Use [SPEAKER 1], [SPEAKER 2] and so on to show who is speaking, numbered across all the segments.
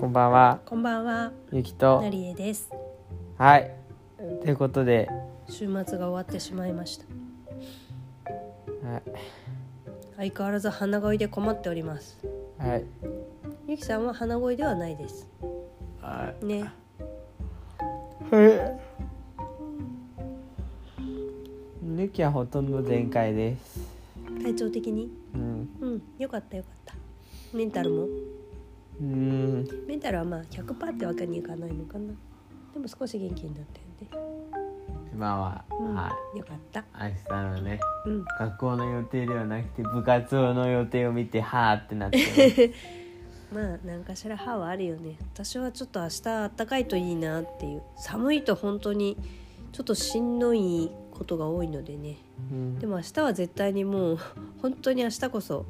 [SPEAKER 1] こんばんは、
[SPEAKER 2] こんばんは、
[SPEAKER 1] ゆきと
[SPEAKER 2] な。りえです。
[SPEAKER 1] はい。ということで、
[SPEAKER 2] 週末が終わってしまいました。
[SPEAKER 1] は
[SPEAKER 2] 相変わらず鼻声で困っております。
[SPEAKER 1] い。はい。
[SPEAKER 2] ゆきさんは鼻声ではないです。
[SPEAKER 1] は
[SPEAKER 2] ね、
[SPEAKER 1] い。はい。ゆきはほとんど全開です。
[SPEAKER 2] 体調的に、
[SPEAKER 1] うん。
[SPEAKER 2] うん、よかったよかった。メンタルも、
[SPEAKER 1] うーん。
[SPEAKER 2] メンタルはまあ100%ってわけにいかないのかな。でも少し元気になったよね。
[SPEAKER 1] 今は、
[SPEAKER 2] うん、
[SPEAKER 1] は
[SPEAKER 2] よかった。
[SPEAKER 1] い。明日のね、
[SPEAKER 2] うん。
[SPEAKER 1] 学校の予定ではなくて、部活の予定を見て、はーってなって
[SPEAKER 2] まあ何かしら歯はあるよね私はちょっと明日あったかいといいなっていう寒いと本当にちょっとしんどいことが多いので
[SPEAKER 1] ま
[SPEAKER 2] ね
[SPEAKER 1] す。 うん
[SPEAKER 2] でも明日は絶対にもう 本当に明日こそ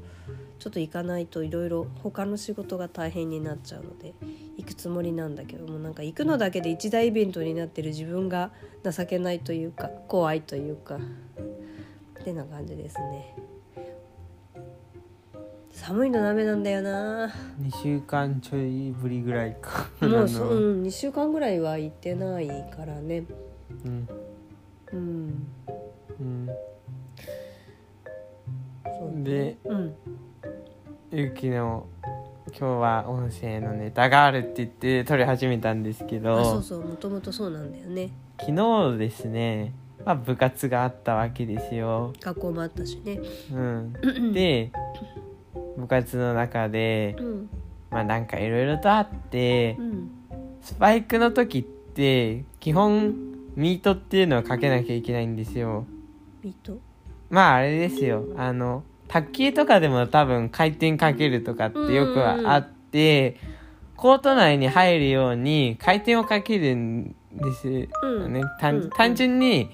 [SPEAKER 2] ちょっと行かないといろいろ他の仕事が大変になっちゃうので行くつもりなんだけどもなんか行くのだけで一大イベントになってる自分が情けないというか怖いというかってな感じですね寒いのダメなんだよ な
[SPEAKER 1] 二週間ちょいぶりぐらいか。
[SPEAKER 2] もうそ、
[SPEAKER 1] あの
[SPEAKER 2] うん、2週間ぐらいは行ってないからね
[SPEAKER 1] うん。
[SPEAKER 2] うん
[SPEAKER 1] うん。
[SPEAKER 2] そう
[SPEAKER 1] で
[SPEAKER 2] うん
[SPEAKER 1] ゆきの今日は音声のネタがあるって言って撮り始めたんですけ
[SPEAKER 2] あそ
[SPEAKER 1] ど
[SPEAKER 2] うそうもともとそうなんだよね
[SPEAKER 1] 昨日ですね、まあ、部活があったわけですよ。
[SPEAKER 2] 学校もあったしね
[SPEAKER 1] うん、で部活の中で
[SPEAKER 2] うん
[SPEAKER 1] まあなんかいろいろとあって
[SPEAKER 2] うん
[SPEAKER 1] スパイクの時って基本ミートっていうのをかけなきゃいけないんですよ。
[SPEAKER 2] ミート
[SPEAKER 1] まああれですよあの卓球とかでも多分回転かけるとかってよくあって、コート内に入るように回転をかけるんですよね、単
[SPEAKER 2] うん
[SPEAKER 1] 単純に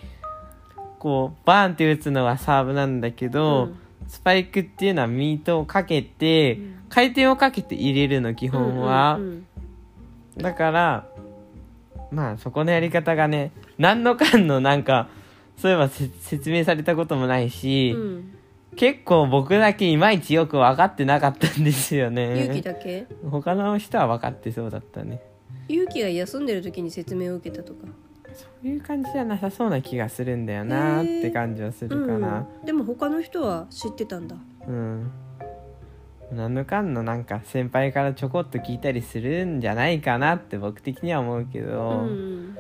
[SPEAKER 1] こうバーンって打つのはサーブなんだけど、スパイクっていうのはミートをかけて、
[SPEAKER 2] うん
[SPEAKER 1] 回転をかけて入れるの基
[SPEAKER 2] 基
[SPEAKER 1] 本は、
[SPEAKER 2] うんうん
[SPEAKER 1] だからまあそこのやり方がね何のかんのなんかそういえばせ説明されたこともないし、
[SPEAKER 2] うん
[SPEAKER 1] 結構僕だけいまいちよく分かってなかったんですよ
[SPEAKER 2] うん勇気
[SPEAKER 1] ね
[SPEAKER 2] だけ
[SPEAKER 1] 他の人は分かってそうだったね
[SPEAKER 2] 勇気が休んでる時に説明を受けたとか
[SPEAKER 1] そういう感じじゃなさそうな気がするんだよな
[SPEAKER 2] へー
[SPEAKER 1] って感じはするかな
[SPEAKER 2] うん、でも他の人は知ってたんだ
[SPEAKER 1] うん、何のかんのなんか先輩からちょこっと聞いたりするんじゃないかなって僕的には思うけ
[SPEAKER 2] う
[SPEAKER 1] ど、
[SPEAKER 2] ん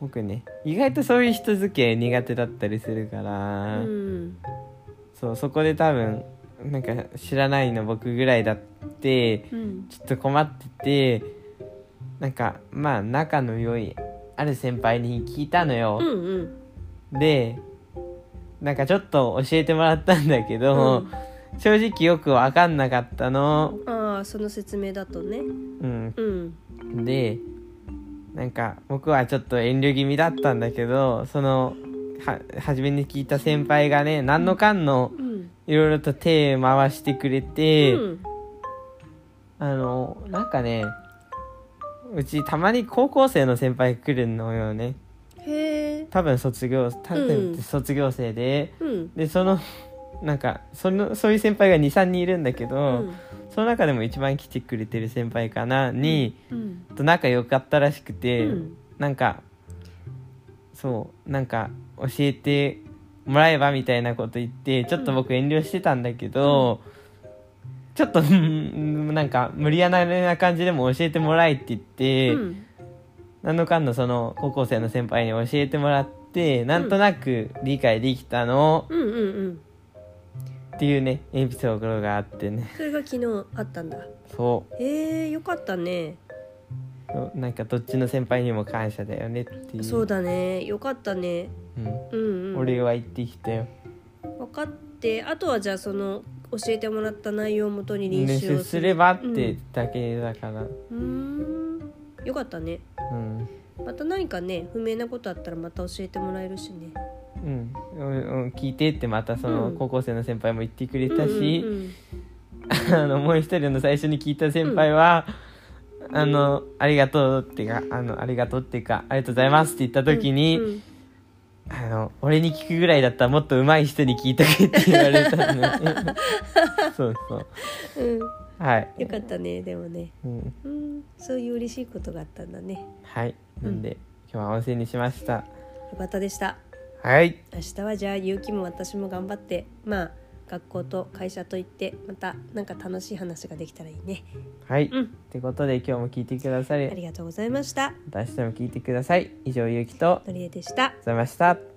[SPEAKER 1] 僕ね意外とそういう人付き合い苦手だったりするか
[SPEAKER 2] う
[SPEAKER 1] ら、
[SPEAKER 2] ん
[SPEAKER 1] そうそこで多分なんか知らないの僕ぐらいだって
[SPEAKER 2] うん
[SPEAKER 1] ちょっと困っててなんかまあ仲の良いある先輩に聞いたの
[SPEAKER 2] うん
[SPEAKER 1] よ、
[SPEAKER 2] うん
[SPEAKER 1] でなんかちょっと教えてもらったんだけど、正直よく分かんなかったの、
[SPEAKER 2] ああその説明だとね
[SPEAKER 1] うん、
[SPEAKER 2] うん
[SPEAKER 1] でなんか僕はちょっと遠慮気味だったんだけどそのは初めに聞いた先輩がね何のかんの
[SPEAKER 2] うん
[SPEAKER 1] いろいろと手回してくれて、
[SPEAKER 2] うん
[SPEAKER 1] あのなんかねうちたまに高校生の先輩来るのよね
[SPEAKER 2] へえ
[SPEAKER 1] 多分卒業多
[SPEAKER 2] う
[SPEAKER 1] 分
[SPEAKER 2] ん
[SPEAKER 1] 卒業生で、
[SPEAKER 2] うん
[SPEAKER 1] でそのなんかそのそういう先輩が23人いるんだけど、
[SPEAKER 2] うん
[SPEAKER 1] その中でも一番来てくれてる先輩かなに、
[SPEAKER 2] うん
[SPEAKER 1] と仲良かったらしくて、
[SPEAKER 2] うん
[SPEAKER 1] なんかそうなんか教えてもらえばみたいなこと言ってちょっと僕遠慮してたんだけど、ちょっと うんなんか無理やなな感じでも教えてもらえって言って、
[SPEAKER 2] うん
[SPEAKER 1] 何のかんのその高校生の先輩に教えてもらってなんとなく理解できたの
[SPEAKER 2] うんうんうん
[SPEAKER 1] っていうねエピソードがあってね
[SPEAKER 2] それが昨日あったんだ
[SPEAKER 1] そ
[SPEAKER 2] へえよかったね
[SPEAKER 1] うなんかどっちの先輩にも感謝だよねっていう
[SPEAKER 2] そうだねよかったね
[SPEAKER 1] うん
[SPEAKER 2] うんうん
[SPEAKER 1] 俺は言ってきたよ
[SPEAKER 2] 分かってあとはじゃあその教えてもらった内容をもとに練
[SPEAKER 1] 練
[SPEAKER 2] 習を
[SPEAKER 1] 習すればってだけだから
[SPEAKER 2] うんうーんよかったね
[SPEAKER 1] うん
[SPEAKER 2] また何かね不明なことあったらまた教えてもらえるしね
[SPEAKER 1] うん、うんうん聞いてってまたそうの
[SPEAKER 2] ん
[SPEAKER 1] 高校生の先輩も言ってくれた
[SPEAKER 2] うん
[SPEAKER 1] し、
[SPEAKER 2] うん
[SPEAKER 1] あのもう一人の最初に聞いた先輩は「あのありがとう」っていうかあの「ありがとう」っていうか「ありがとうございます」って言った時に、
[SPEAKER 2] うん
[SPEAKER 1] あの「俺に聞くぐらいだったら もっと上手い人に聞いとけ」って言われたのねそうそう
[SPEAKER 2] うん
[SPEAKER 1] はい、
[SPEAKER 2] よかったねでもね
[SPEAKER 1] うん、
[SPEAKER 2] うんそういう嬉しいことがあったんだね
[SPEAKER 1] はいなんで、今日は温泉にしました
[SPEAKER 2] よかったでした
[SPEAKER 1] はい
[SPEAKER 2] 明日はじゃあ勇気も私も頑張ってまあ学校と会社と行ってまたなんか楽しい話ができたらいいね
[SPEAKER 1] はい、
[SPEAKER 2] うん
[SPEAKER 1] ってことで今日も聞いてくださ
[SPEAKER 2] あ
[SPEAKER 1] り
[SPEAKER 2] りがとうございました
[SPEAKER 1] また明日も聞いてください以上ゆうきと
[SPEAKER 2] のりえでした
[SPEAKER 1] ございました